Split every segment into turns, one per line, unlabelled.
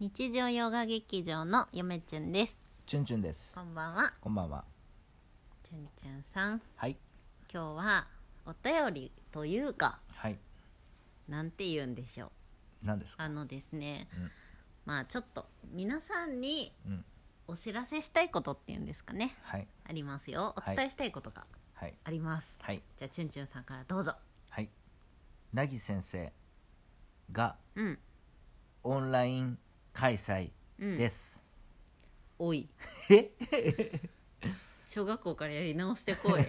日常洋画劇場のよめちゅんです
チュンチュンです
こ。んばんは
こんばんは。
ちゅんちゅんさん
はい。
今日はお便りというか
はい。
なんて言うんでしょう
何ですか。
あのですね、
うん
まあちょっと皆さんに
うん。
お知らせしたいことっていうんですかね
はい。
ありますよお伝えしたいことが
はい。
あります、
はい。
じゃあちゅんちゅんさんからどうぞ
はい。なぎ先生。が。
うん
オンライン開催
うん
です。
お い
え
小学校からやり直してこい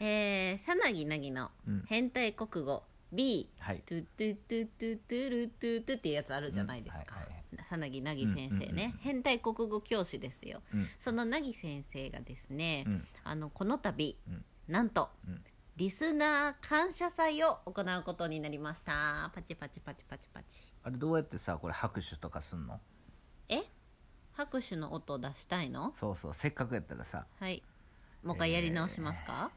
えー、さなぎなぎの
うん
変態国語 B
はい。
トゥトゥトゥトゥトゥルトゥトゥっていうやつあるじゃないですか
うんはいはい
さなぎなぎ先生ね、
うんうんうんうん
変態国語教師ですよ
うん。
そのなぎ先生がですね、
うん。
あのこの度、
うん
なんと、
うん
リスナー感謝祭を行うことになりましたパチパチパチパチパチ
あれどうやってさ、これ拍手とかすんの。
え拍手の音を出したいの
そうそう、せっかくやったらさ。
はいもう一回やり直しますか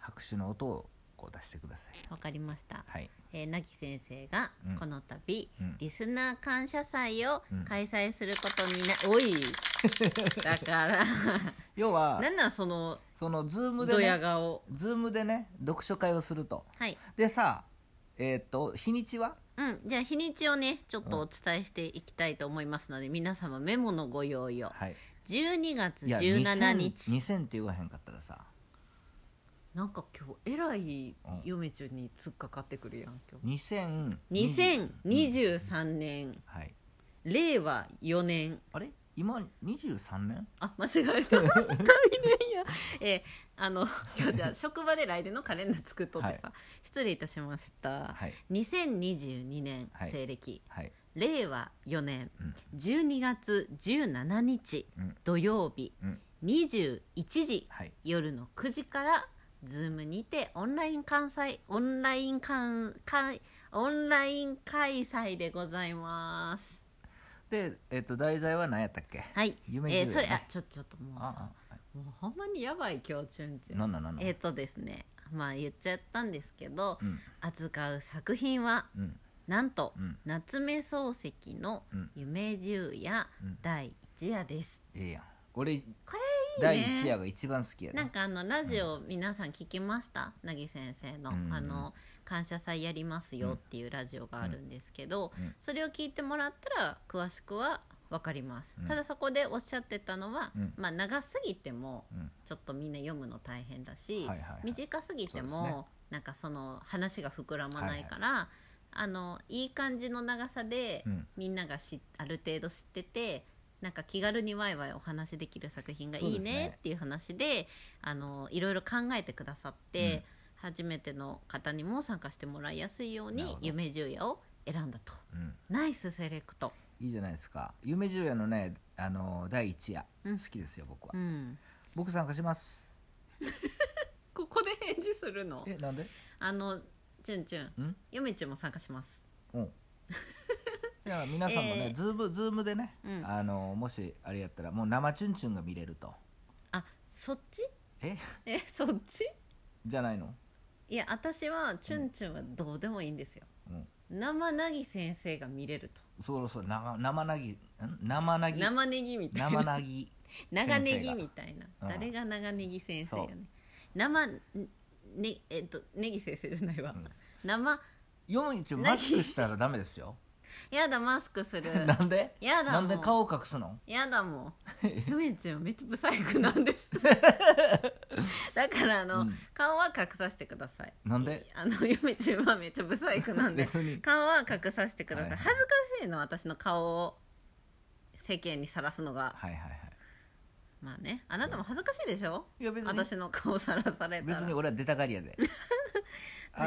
拍手の音を。こう出してください。
わ、かりました
はい。
えー、なぎ先生が
うん
この度、
うん
リスナー感謝祭を
うん
開催することにな、お いだから
要は
な。んなんその
そのズームで
ドヤ
ね。
顔
ズームでね、読書会をすると。
はい
でさ。えーっと、日にちは。
うんじゃあ日にちをねちょっとお伝えしていきたいと思いますので、皆様メモのご用意を
はい。
12月
いや
17
2000
日
2000って言わへんかったらさ
なんか今日えらい
うん
嫁中に突っかかってくるやん今
2000
日
うん
2023年
はい
令和4年
あれ今23年
あ間違え た来年やえーあの今日じゃあ職場で来年のカレンダー作っとってさ、失礼いたしました
はい
2022年
はい
西暦、
はい
令和4年
うん
12月17日
うん
土曜日
うん
21時
はい
夜の9時からズームにてオンライン関西オンライン関関オンライン開催でございます
でえっ、と題材は何やったっけ
はい、
夢
え
十
ー
夜
それあ
ね
ちょちょっともうさ
ああはい
もうほんまにやばい今日チュンチュ
な
ン
んなんなんなん
えっ、とですねまあ言っちゃったんですけど
うん
扱う作品は
うん
なんと
うん
夏目漱石の
うん
「夢十夜
うん
第一夜」です
ええやん俺
これい
第
いね
一夜が一番好きや
なん
ね
かあのラジオ皆さん聞きました、なぎ先生の,、
うん
あの「感謝祭やりますよ」っていうラジオがあるんですけど、
うん
それを聞いてもらったら詳しくは分かります、
うん
ただそこでおっしゃってたのは、
うん
まあ長すぎても
うん
ちょっとみんな読むの大変だし、
はいはいはい
短すぎて
そうですね
も、なんかその話が膨らまないから、あのいい感じの長さで、
うん
みんながしある程度知っててなんか気軽にワイワイお話できる作品がいい
そうです
ね
ね
っていう話であのいろいろ考えてくださって、初めての方にも参加してもらいやすいよう
な
に
るほど
夢十夜を選んだと
うん
ナイスセレクト、
いいじゃないですか夢十夜のねあの第一夜、
うん
好きですよ僕は、
うん、
僕参加します
ここで返事するの
えなんで
あのチュンチュン
うん
ヨメチュンも参加します
うん。いや皆さんも
え
ね、
ー
ズームズームでね、
うん
あのもしあれやったらもう生チュンチュンが見れると
あそっち
え
えそっち
じゃないの、
いや私はチュンチュンはどうでもいいんですよ、
うん、
生なぎ先生が見れると
そうそう生生なぎん生なぎ
生ネギみたいな
生なぎ
長ネギみたいな、
うん
誰が長ネギ先生やね
そ
生ねえっとネギ先生じゃないわ、
うん
生
四一マスクしたらダメですよ
やだマスクする
なんで
やだ
な
も
ん
ん
で顔隠すの
やだも んゆめちゃんめっちゃブサイクなんですだからあの、
うん
顔は隠させてください
なんで
あのゆめちゃんはめっちゃブサイクなんで
別に
顔は隠させてください、
はいはい
恥ずかしいの私の顔を世間にさらすのが
はいはいはい
まあねあなたも恥ずかしいでしょ
いや別に
私の顔さらされたら
別に俺は出たがりやで あ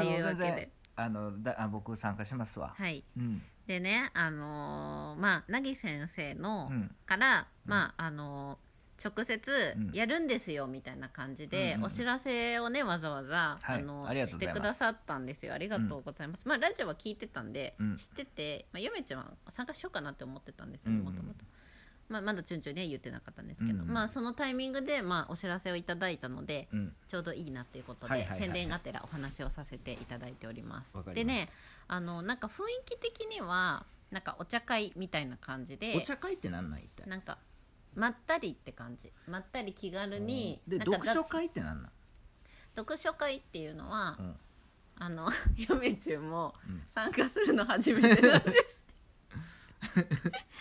と
の
いうわけ
全
で
然あのだあ僕参加しますわ、
はい
うん
でねあのーまあ凪先生の、
うん
から、
うん
まああのー直接
うん
やるんですよみたいな感じで、
うんうんうん
お知らせをねわざわざ、
はい
あの
ありがとう
し
ござ
て
います
くださったんですよありがとうございます、まあラジオは聞いてたんで、
うん
知ってて、まあ、ゆめちゃんは参加しようかなって思ってたんです
う
よ
んうん
もともと。まあ、まだチュンチュンには言ってなかったんですけど、
うんうん
まあ、そのタイミングで、まあ、お知らせをいただいたので、
うん
ちょうどいいなっていうことで、
はいはいはいはい
宣伝がてらお話をさせていただいております
わかりま
で
した
ねあのなんか雰囲気的にはなんかお茶会みたいな感じ
お
で
茶会ってなんなん一体
なんかまったりって感じまったり気軽に
うんで
なんか
読書会ってなんなん
読書会っていうのは、
うん
あの 嫁中も
うん
参加するの初めてなんです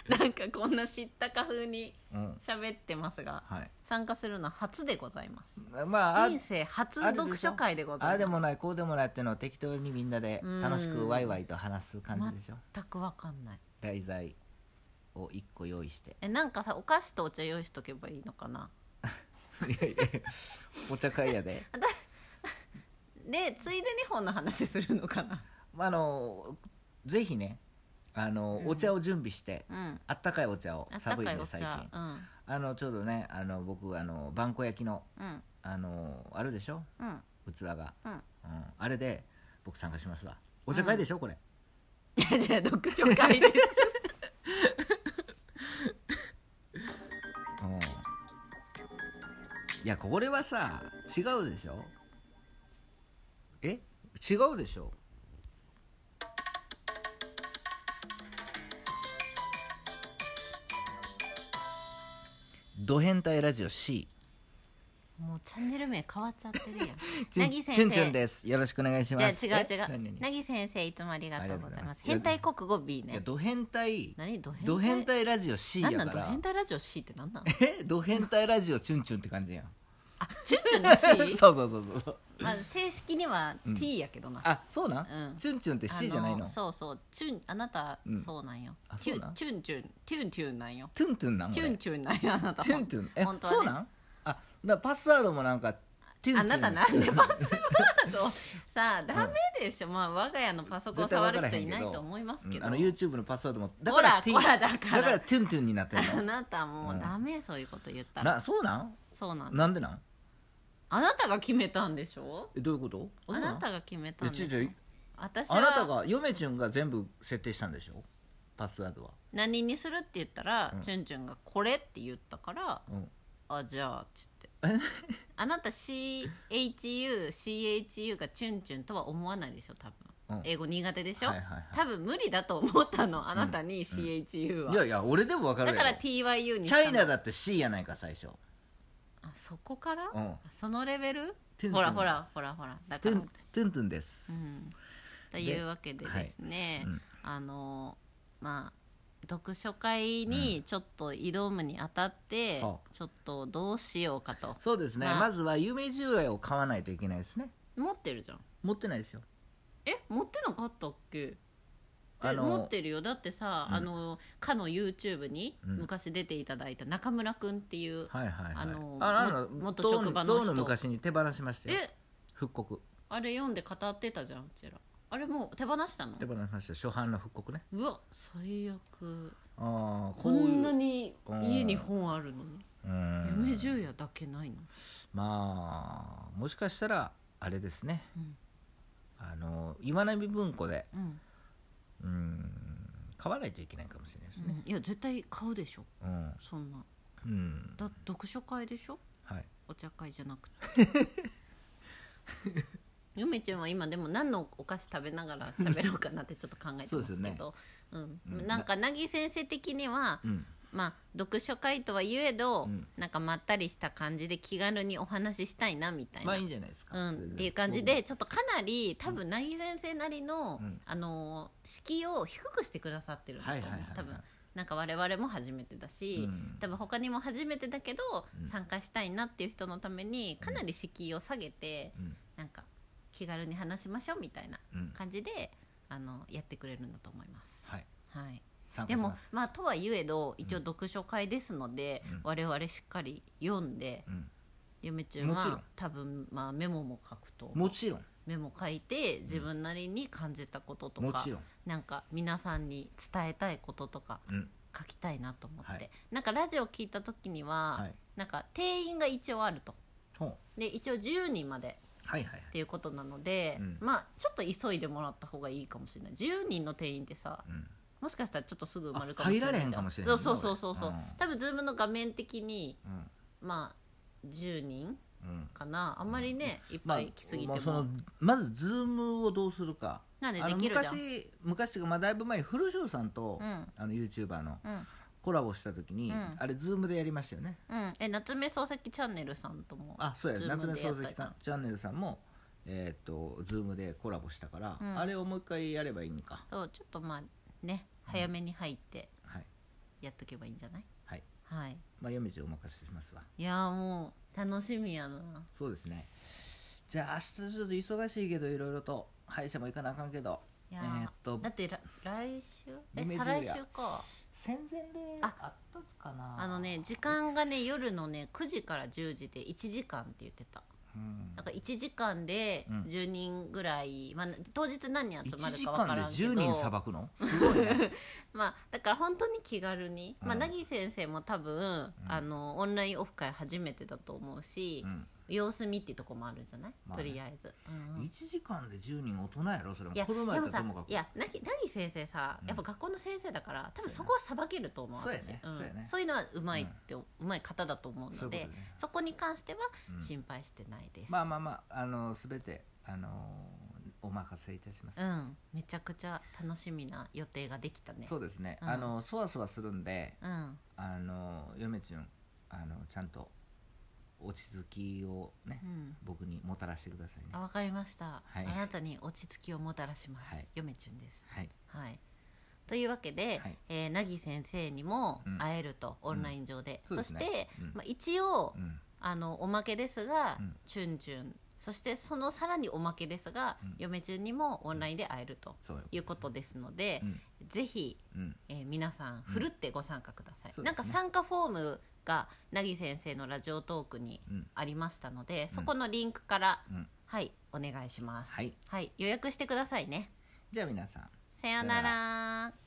なんかこんな知ったか風に
うん
喋ってますが
はい
参加するの初でございます
まあ
人生初
あるでしょ
読書会でご
あ
ざ
あ
い
で
ま
も
す
ないこうでもないってのを適当にみんなで楽しくワイワイと話す感じでしょ
全くわかんない
題材を一個用意して
えなんかさお菓子とお茶用意しとけばいいのかない
やいやお茶会やで、
でついでに本の話するのか な
まあ、あのぜひねあの、
うん
お茶を準備して
うん
あったかいお茶を
あった
寒い
か
ね
いお
最近
茶うん
あのちょうどねあの僕あのばんこ焼きの
うん
あのあるでしょ
うん
器が、
うん
うんあれで僕参加しますわお茶会でしょ、これ
いやじゃあ読書会です
うんいやこれはさ違うでしょえ違うでしょド変態ラジオ C
もうチャンネル名変わっちゃって るやん
チュン
なぎ先生
チュンチュンですよろしくお願いします
じゃあ違う
え
違
何
う
何
なぎ先生いつもありがとうございます
あり
変
がとうございます
態国語 B
いや
ね
ド変態
何ド変態
ド変態ラジオ C や
なんなん
か
ド
ら
変態ラジオ C ってなんなん
えド変態ラジオチュンチュンって感じやん
あチュンチュンの C?
そうそうそうそうそう
まあ、正式には T やけどな、
あそうなん、
うん
チュンチュンって
あ
C じゃないの
そうそうチュンあなた、
うん
そうなんよ
あ
チ
そう
ュ
な
ン
ん
チュンチュンチュンチュンなんよ
トゥントゥンなん
チュンチュンなんよあなた
俺トゥントゥンえ、
本当はね
そうなんあだパスワードもなんかトゥントゥン
あなたなんでパスワードをさあダメでしょ、まあ我が家のパソコン
絶対
触
分か
る
ら
人
へん
い
けど
ないと思いますけ
うん
ど、
あの YouTube のパスワードもだ
ほ
から
ら
T
ほらだから
だからトゥントゥンになって
あ
る
なたもうダメ、そういうこと言った
の
ら
なそうなん
そうなんだ
なんでなん
あなたが決めたんでしょ
えどういうこと
あなた
が
が決めたんでしょ
いや違う違う
私
あなた
は
が嫁ちゃんが全部設定したんでしょパスワードは
何にするって言ったら、
うん
チュンチュンが「これ」って言ったから
うん
「あじゃあ」っつって あなた CHUCHU がチュンチュンとは思わないでしょ多分、
うん
英語苦手でしょ、
はいはいはい
多分無理だと思ったのあなたに CHU は、
いやいや俺でも分かる
だ
よ
から TYU にし
チ
たの
ャイナだって C やないか最初
あそこから、
うん
そのレベル
トゥントゥン
ほらほらほらほらだか
トゥ
ら
ントゥントゥンです
うんというわけでですね、
はいうん
あのまあ読書会にちょっと挑むにあたって、
は
ちょっとどうしようかと
そうですね
まあ
まずは有名10円を買わないといけないですね
持ってるじゃん
持ってないですよ
え持ってなかったっけえ
あの
持ってるよだってさ、
うん
あのかの YouTube に
うん
昔出ていただいた中村くんっていう、
はいはいはい
あのも
の
元職場の人
銅の昔に手放しましたよ
え
復刻
あれ読んで語ってたじゃんうちらあれもう手放したの
手放しました初版の復刻ね
うわ最悪
ああ
こんな
に
に家に本あるのに、夢
うん
十夜だけないの
まあもしかしたらあれですね
うん
あの今波文庫で
うん
うん買わないといけないかもしれないですね
いや絶対買うでしょ
うん、
そんな
うん
だ読書会でしょ
はい
お茶会じゃなくて ゆめちゃんは今でも何のお菓子食べながら喋ろうかなってちょっと考えてますけ
そうです
どうん
うん
なんかなぎ先生的には
うん
まあ読書会とはいえど、
うん
なんかまったりした感じで気軽にお話ししたいなみたいな、
まあいいんじゃないですか、
うん、っていう感じでちょっとかなり多分なぎ先生なりの、
うん
あのー敷居を低くしてくださってるんだ
はい
と
はい
思う
はいはい
多分なんか我々も初めてだし、
うん
多分他にも初めてだけど、
うん
参加したいなっていう人のためにかなり敷居を下げて、
うん
なんか気軽に話しましょうみたいな
うん
感じであのやってくれるんだと思います。
はい
はい
参加
で
し
も
ます
まあとはいえど一応読書会ですので、
うん
我々しっかり読んで、
うん
嫁ちゃん
もちろ
は
ん
多分、まあ、メモも書くと
もちろん
メモ書いて自分なりに感じたことと
も
か、
ちろん、
なんか皆さんに伝えたいこととか
うん
書きたいなと思って、
はい
なんかラジオ聞いた時には、
はい
なんか定員が一応あると
ほう
で一応10人まで
はいはいはい
っていうことなので、
うん
まあちょっと急いでもらった方がいいかもしれない10人の定員ってさ
うん
もしかしたらちょっとすぐ埋まるかもしれない
あ入られへん
じゃ
かもしれないね
そうそうそうそう、
うん
多分ズームの画面的に
うん
まあ10人
うん
かなあんまりね、いっ
ま
ぱ
あ
い来すぎて
ま
も、
あそのまずズームをどうするか
なんで
あ
で
の
きるじゃん
昔昔というか、まあ、だいぶ前に古城さんと、
うん
あの YouTuber の
うん
コラボした時に、
うん
あれズームでやりましたよね
うんえ夏目漱石チャンネルさんとも
あそうや
Zoom
夏目
でやっ
漱
たり
石さんチャンネルさんもえーっとズームでコラボしたから、
うん
あれをもう一回やればいいんか
そうちょっとまあね早めに入って
はい
やっとけばいいんじゃない
はい
はい
まあ夜道お任せしますわ
いやーもう楽しみやな
そうですねじゃあ明日ちょっと忙しいけどいろいろと歯医者も行かなあかんけど
い
え
や
ー
ー
っと
だってら来週え
夢
再来
ジュリ
週
ア
か
戦前であったかな
あのね時間がね夜のね9時から10時で1時間って言ってた
うん
なんか1時間で
うん
10人ぐらい、まあ、当日何人集ま
1
る
時
かわから
間
ん
で
けど
10人さばくのすごいね
まあだから本当に気軽に、まあ、
うん
凪先生も多分、
ん
あのオンラインオフ会初めてだと思うし
う、ん
様子見っていうとこもあるんじゃない、
まあね
とりあえず、うんうん
1時間で10人大人やろそれも
いや
子供や
で
っ
も
たら
さ
ともかく
いやなぎなぎ先生さ
うん
やっぱ学校の先生だから、多分
そ
そう
やな
こはさばけると思う
そうや
私
ね
ん
そうやね
そういうのはうまいって、うまい方だと思う
そ
の
ういう
で
ことでね
そこに関しては
うん
心配してないです、
まあまあまああの全てあのお任せいたします
うんめちゃくちゃ楽しみな予定ができたね
そうですね
うん
あのそわそわするんで
うん
あの嫁ちゅんあのちゃんと落ち着きをね
うん
僕にもたらしてくださいね
あわかりました、
はい
あなたに落ち着きをもたらします、
はい
嫁ちゅんです
はい
はいというわけで、
はい
えー、凪先生にも
うん
会えると、オンライン上で、
そう
そ
です
し
ね
て、
うん
まあ、一応、
うん
あのおまけですが、
うん
チュンチュンそしてそのさらにおまけですが、
うん
嫁チュンにもオンラインで会えると
そう
いうことですので
う、ん
ぜひ、
うん
えー皆さんふるってご参加ください、
そうですね
なんか参加フォームが凪先生のラジオトークに
うん
ありましたので、
うん
そこのリンクから、
うん
はいお願いします
はい、
予約してくださいね
じゃあ皆さん
さようなら